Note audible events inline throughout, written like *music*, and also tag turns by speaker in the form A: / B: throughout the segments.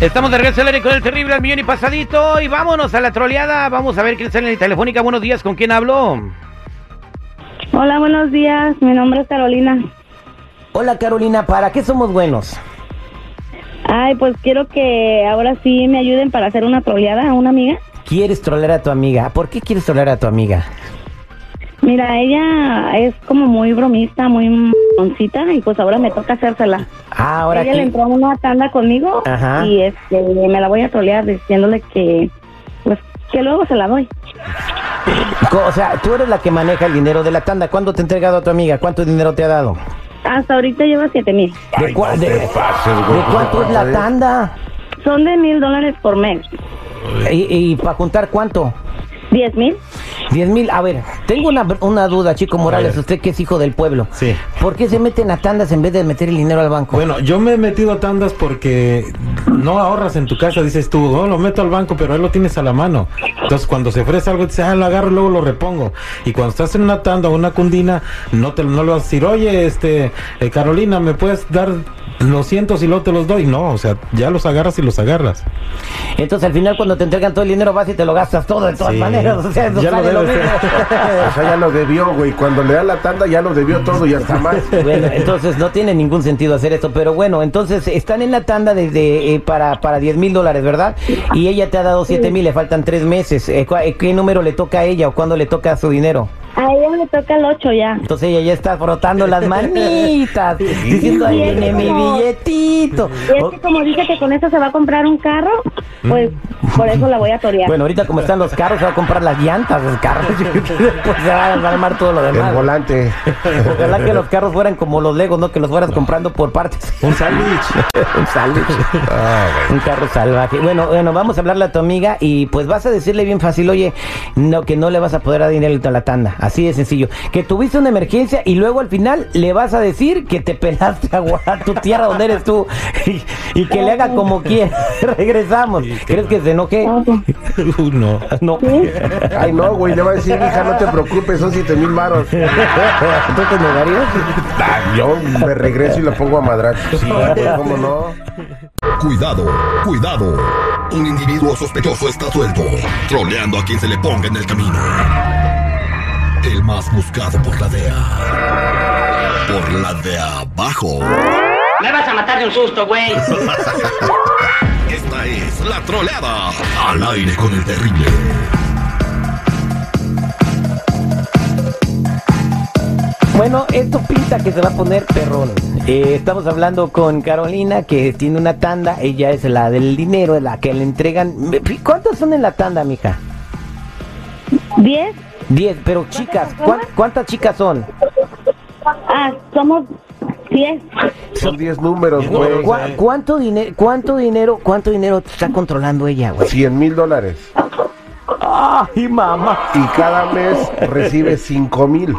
A: Estamos de regreso al aire con el terrible al millón y pasadito y vámonos a la troleada. Vamos a ver quién está en la telefónica. Buenos días, ¿con quién hablo?
B: Hola, buenos días. Mi nombre es Carolina.
C: Hola Carolina, ¿para qué somos buenos?
B: Ay, pues quiero que ahora sí me ayuden para hacer una troleada a una amiga.
C: ¿Quieres trolear a tu amiga? ¿Por qué quieres trolear a tu amiga?
B: Mira, ella es como muy bromista, muy moncita y pues ahora me toca hacérsela.
C: Ah, ahora
B: ella le
C: que...
B: entró a una tanda conmigo
C: Ajá.
B: y este, me la voy a trolear diciéndole que, pues, que luego se la doy.
C: co- O sea, tú eres la que maneja el dinero de la tanda. ¿Cuándo te ha entregado a tu amiga? ¿Cuánto dinero te ha dado?
B: Hasta ahorita lleva siete mil.
C: ¿De,
D: Ay,
C: cua-
D: no
C: de-
D: te pases, güey.
C: ¿de cuánto es la tanda?
B: Son de mil dólares por mes.
C: ¿Y, para juntar cuánto?
B: ¿Diez mil?
C: Diez mil. A ver, tengo una, una duda, Chico Morales,
D: ver.
C: usted que es hijo del pueblo.
D: Sí.
C: ¿Por qué se meten a tandas en vez de meter el dinero al banco?
D: Bueno, yo me he metido a tandas porque no ahorras en tu casa, dices tú, no, lo meto al banco, pero ahí lo tienes a la mano. Entonces, cuando se ofrece algo, dices, ah, lo agarro y luego lo repongo. Y cuando estás en una tanda o una cundina, no te no le vas a decir, oye, este, eh, Carolina, ¿me puedes dar 200 y luego te los doy? No, o sea, ya los agarras y los agarras. *laughs*
C: Entonces al final cuando te entregan todo el dinero vas y te lo gastas todo de todas
D: Sí.
C: maneras. O sea, eso
D: Ya lo
C: sale lo
D: debes.
C: mismo. *laughs*
E: O sea, ya lo debió, güey. Cuando le da la tanda, ya lo debió todo y hasta más.
C: Bueno, entonces no tiene ningún sentido hacer esto, pero bueno, entonces están en la tanda desde eh, para, para 10 mil dólares, ¿verdad? Y ella te ha dado 7 mil, le faltan 3 meses. Eh, ¿cuá- eh, ¿Qué número le toca a ella o cuándo le toca su dinero?
B: A ella le toca el ocho ya.
C: Entonces ella ya está frotando
B: *laughs*
C: las manitas, diciendo, ahí viene mi billetito.
B: Y es que como dije que con eso se va a comprar un carro, pues por eso la voy a torear.
C: Bueno, ahorita como están los carros, se va a comprar las llantas del carro. Después se va a armar todo lo
E: El
C: demás.
E: volante.
C: Ojalá que los carros fueran como los Legos, ¿no? Que los fueras comprando por partes.
D: Un sándwich.
C: *laughs* Un salvaje. Un carro salvaje. Bueno, bueno, vamos a hablarle a tu amiga y pues vas a decirle bien fácil, oye, no, que no le vas a poder dar dinero a la tanda. Así de sencillo. Que tuviste una emergencia y luego al final le vas a decir que te pelaste a guardar tu tierra donde eres tú y, y que le haga como quiera. *laughs* Regresamos. ¿Crees que se enoje?
D: Uh, no.
C: No.
E: Ay, no, güey. Le va a decir, hija, no te preocupes, son siete mil varos.
C: ¿Tú te negarías?
E: Ah, Yo me regreso y la pongo a madrar. Sí, güey, ¿cómo no?
F: Cuidado, cuidado. Un individuo sospechoso está suelto, troleando a quien se le ponga en el camino. El más buscado por la DEA. Por la de abajo.
G: Me vas a matar de un susto, güey.
F: Esta es la troleada. Al aire con el terrible.
C: Bueno, esto pinta que se va a poner perrón. Eh, estamos hablando con Carolina, que tiene una tanda. Ella es la del dinero, la que le entregan. ¿Cuántas son en la tanda, mija?
B: ¿Diez?
C: Diez, pero chicas, ¿cuán- ¿cuántas chicas son?
B: Ah, somos diez.
E: Son diez números, güey.
C: ¿Cuá- ¿Cuánto dinero, cuánto dinero, cuánto dinero te está controlando ella, güey?
E: Cien mil dólares.
C: ¡Ay, mamá!
E: Y cada mes recibe cinco mil.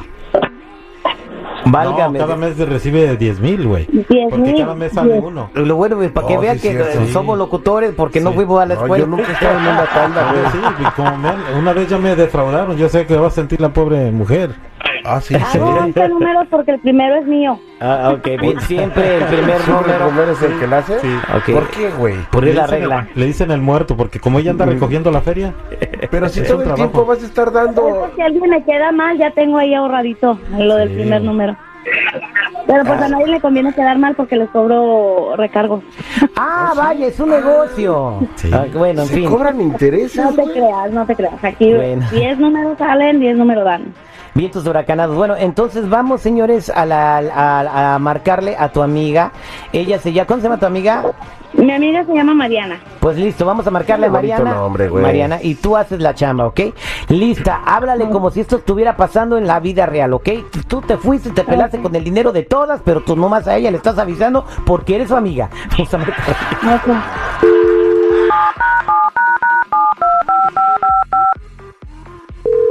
C: Válgame.
D: No, cada mes recibe 10 mil, güey.
B: Diez
D: Porque
B: mil,
D: cada mes sale
B: diez.
D: uno.
C: Lo bueno, güey, para que
E: Oh,
C: vean
E: sí,
C: que
E: cierto.
C: eh, somos locutores porque no
D: Sí.
C: fuimos a la
E: No, yo
C: escuela.
E: nunca he estado en una tanda,
D: Oye,
E: güey.
D: sí, y como me han- una vez ya me defraudaron, yo sé que va a sentir la pobre mujer.
E: Ah, sí.
B: Ah, no, once números porque el primero es mío.
C: Ah, ok, bien, siempre el
E: *laughs*
C: primer
E: ¿Siempre el
C: número.
E: primero es el que la hace?
D: Sí.
C: Ok.
E: ¿Por qué, güey?
C: Por
D: Le
C: ir la
D: dicen-
C: regla.
D: Le dicen el muerto, porque como ella anda recogiendo la feria,
E: *laughs* Pero si
D: Es
E: todo
D: un
E: el
D: trabajo.
E: tiempo vas a estar
B: Por
E: dando...
B: eso, si alguien me queda mal, ya tengo ahí ahorradito lo del primer número. Pero
D: Ah.
B: pues a nadie le conviene quedar mal porque les cobro recargos.
C: Ah, vaya, es un negocio.
D: Sí.
C: Ah, bueno, en
E: Se
C: fin.
E: cobran intereses,
B: No te creas, no te creas. Aquí
C: Bueno.
B: 10 números salen, 10 números dan.
C: Vientos huracanados. Bueno, entonces vamos, señores, a, la, a, a marcarle a tu amiga. Ella se llama, ¿cómo se llama tu amiga?
B: Mi amiga se llama Mariana.
C: Pues listo, vamos a marcarle a
E: Qué bonito
C: Mariana.
E: nombre, güey.
C: Mariana, y tú haces la chamba, ¿ok? Lista, háblale como si esto estuviera pasando en la vida real, ¿ok? Tú te fuiste, te pelaste con el dinero de todas, pero tú nomás a ella le estás avisando porque eres su amiga. Vamos a marcarle.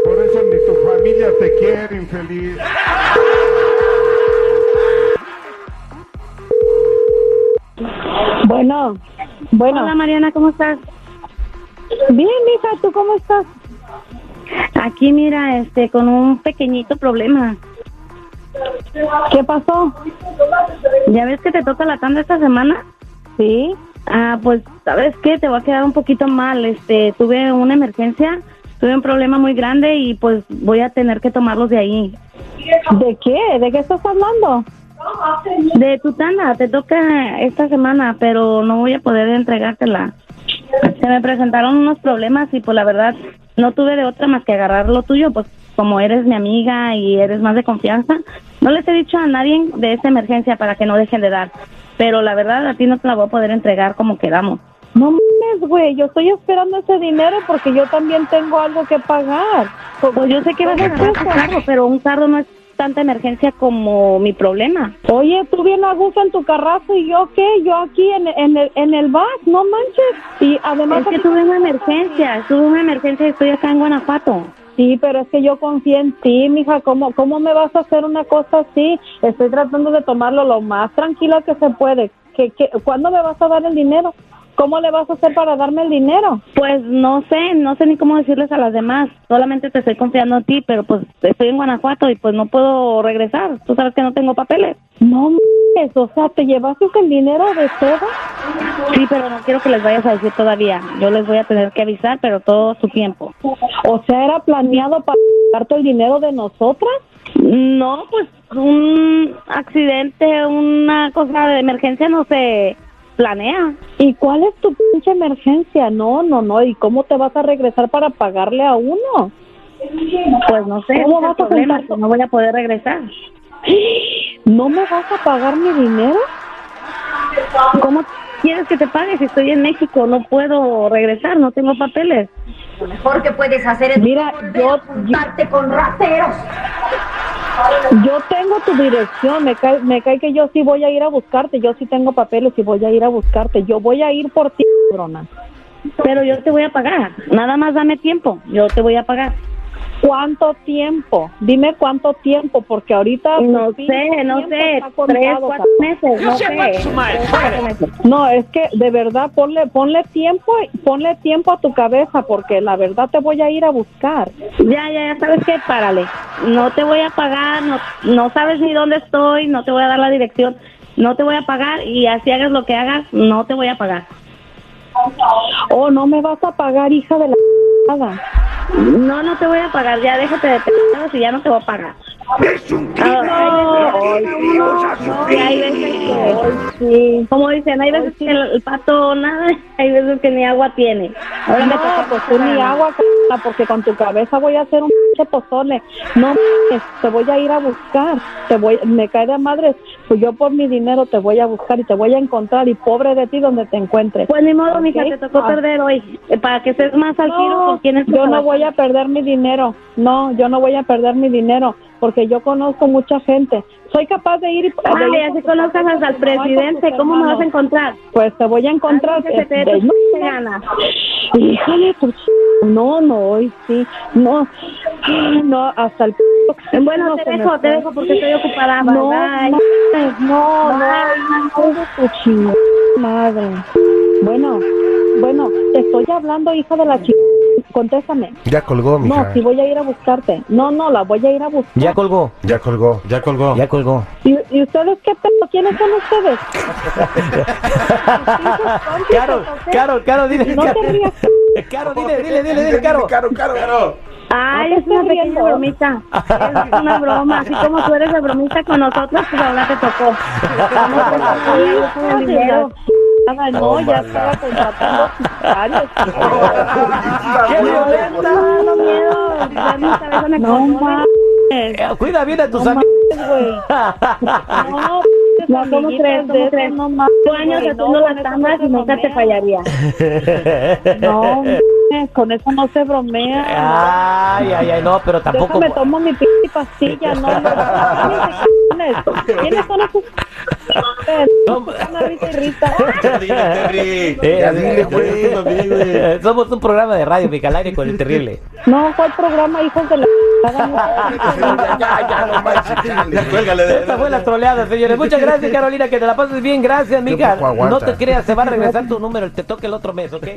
H: Por eso ni tu familia te quiere, infeliz.
B: Bueno, bueno. Hola Mariana, ¿cómo estás? Bien, mija, ¿tú cómo estás? Aquí mira, este, con un pequeñito problema. ¿Qué pasó? ¿Ya ves que te toca la tanda esta semana? Sí. Ah, pues ¿sabes qué? Te va a quedar un poquito mal, este, tuve una emergencia, tuve un problema muy grande y pues voy a tener que tomarlos de ahí.
I: ¿De qué? ¿De qué estás hablando?
B: De tu tanda, te toca esta semana, pero no voy a poder entregártela. Se me presentaron unos problemas y pues la verdad no tuve de otra más que agarrar lo tuyo, pues como eres mi amiga y eres más de confianza, no les he dicho a nadie de esta emergencia para que no dejen de dar, pero la verdad a ti no te la voy a poder entregar como quedamos.
I: No mames, güey, yo estoy esperando ese dinero porque yo también tengo algo que pagar.
B: Pues yo sé que vas a hacer carro, pero un carro no es tanta emergencia como mi problema.
I: Oye, tú bien a gusto en tu carrazo y yo qué, yo aquí en, en el, en el bar, no manches. Y además...
B: Es que tuve una emergencia, tuve una emergencia y estoy acá en Guanajuato.
I: Sí, pero es que yo confío en ti, mija. ¿Cómo, ¿Cómo me vas a hacer una cosa así? Estoy tratando de tomarlo lo más tranquila que se puede. ¿Qué, qué, cuándo me vas a dar el dinero? ¿Cómo le vas a hacer para darme el dinero?
B: Pues no sé, no sé ni cómo decirles a las demás. Solamente te estoy confiando en ti, pero pues estoy en Guanajuato y pues no puedo regresar. Tú sabes que no tengo papeles.
I: No, mames, o sea, ¿te llevaste el dinero de Seba?
B: Sí, pero no quiero que les vayas a decir todavía. Yo les voy a tener que avisar, pero todo su tiempo.
I: O sea, ¿era planeado para darte el dinero de nosotras?
B: No, pues un accidente, una cosa de emergencia, no sé planea.
I: ¿Y cuál es tu pinche emergencia? No, no, no. ¿Y cómo te vas a regresar para pagarle a uno?
B: Pues no sé. ¿Cómo vas a problema, No voy a poder regresar.
I: ¿No me vas a pagar mi dinero?
B: ¿Cómo quieres que te pague si estoy en México? No puedo regresar, no tengo papeles.
J: Lo mejor que puedes hacer es
I: Mira, yo,
J: juntarte con rateros.
I: Yo tengo tu dirección, me cae, me cae que yo sí voy a ir a buscarte, yo sí tengo papeles y voy a ir a buscarte, yo voy a ir por ti, cabrona.
B: Pero yo te voy a pagar, nada más dame tiempo, yo te voy a pagar.
I: ¿Cuánto tiempo? Dime cuánto tiempo, porque ahorita...
B: No sé, no sé, tres, cuatro meses, no sé.
I: No, es que de verdad ponle, ponle tiempo, ponle tiempo a tu cabeza, porque la verdad te voy a ir a buscar.
B: Ya, ya, ya sabes que párale, no te voy a pagar, no, no sabes ni dónde estoy, no te voy a dar la dirección, no te voy a pagar y así hagas lo que hagas, no te voy a pagar.
I: Oh, no me vas a pagar, hija de la...
B: No, no te voy a pagar, ya déjate de pendejadas y ya no te voy a pagar.
F: Es un crimen.
B: Ah, hay veces, no, no, hay veces que, sí. como dicen, hay veces que el, el pato nada, *laughs* hay veces que ni agua tiene.
I: Ahora no, me toca pues tú ni agua, porque con tu cabeza voy a hacer un pozole. No, te voy a ir a buscar, te voy, me cae de madres, pues yo por mi dinero te voy a buscar y te voy a encontrar y pobre de ti donde te encuentres.
B: Pues ni modo, ¿Okay? mija, te tocó ah. perder hoy, eh, para que estés más al tiro con quién es
I: Yo no voy a perder mi dinero, no, yo no voy a perder mi dinero porque yo conozco mucha gente. Soy capaz de ir y...
B: Vale, así conozcas hasta al presidente, ¿cómo me vas a encontrar?
I: Pues te voy a encontrar. este,
B: Que se te dé tu
I: Híjole, pues... No, no, hoy sí, no, no, hasta el...
B: Bueno, te dejo, te dejo porque estoy ocupada,
I: No, no, no, no, madre. Bueno, bueno, te estoy hablando, hija de la chica. Contéstame.
E: Ya colgó, mi
I: No, sí voy a ir a buscarte. No, no, la voy a ir a buscar.
C: Ya colgó.
E: Ya colgó.
D: Ya colgó.
C: Ya colgó.
I: ¿Y, y ustedes qué pedo? ¿Quiénes son ustedes?
B: *laughs*
C: Caro, Caro, Caro, dile.
I: No te rías.
C: Caro, dile, dile, dile, dile, Caro.
E: Caro, Caro, Caro.
I: Ah,
B: Ay, es una pequeña bromita. Es una broma. Así como tú eres de bromita con nosotros, pues ahora te tocó.
I: Vamos a Ah, no, ya estaba contratando sicarios.
C: *laughs* ¡Qué violenta!
B: No, miedo. Ya me cabeza me
I: No, ma.
C: Eh, Cuida bien a tus
I: No,
C: amigos.
B: *laughs*
I: güey. No,
B: No, ¿cómo crees? ¿Cómo crees?
I: No, mames,
B: Tú años
I: güey,
B: haciendo
I: no,
B: las tandas y nunca te fallaría.
I: No, mames, con eso no
B: *laughs*
I: se
B: Ah,
I: bromea.
C: Ay, ay, ay, no, pero tampoco.
I: Déjame tomo mi p pastilla, no, no,
B: *laughs*
I: no, no. ¿Quiénes son esos? *laughs* Una risa y risa.
C: Eh,
E: Ya dile, güey,
C: Somos un programa de radio, Micalaire, con el terrible.
I: No, ¿cuál programa,
B: *laughs*
I: hijos de la *laughs* chingada?
E: Ya, *laughs* ya, no manches, chale.
C: Esta fue la troleada, señores. Muchas gracias, Carolina, que te la pases bien. Gracias, amiga.
E: poco aguanta.
C: No te creas, se va a regresar tu número. Te toca el otro mes, ¿ok?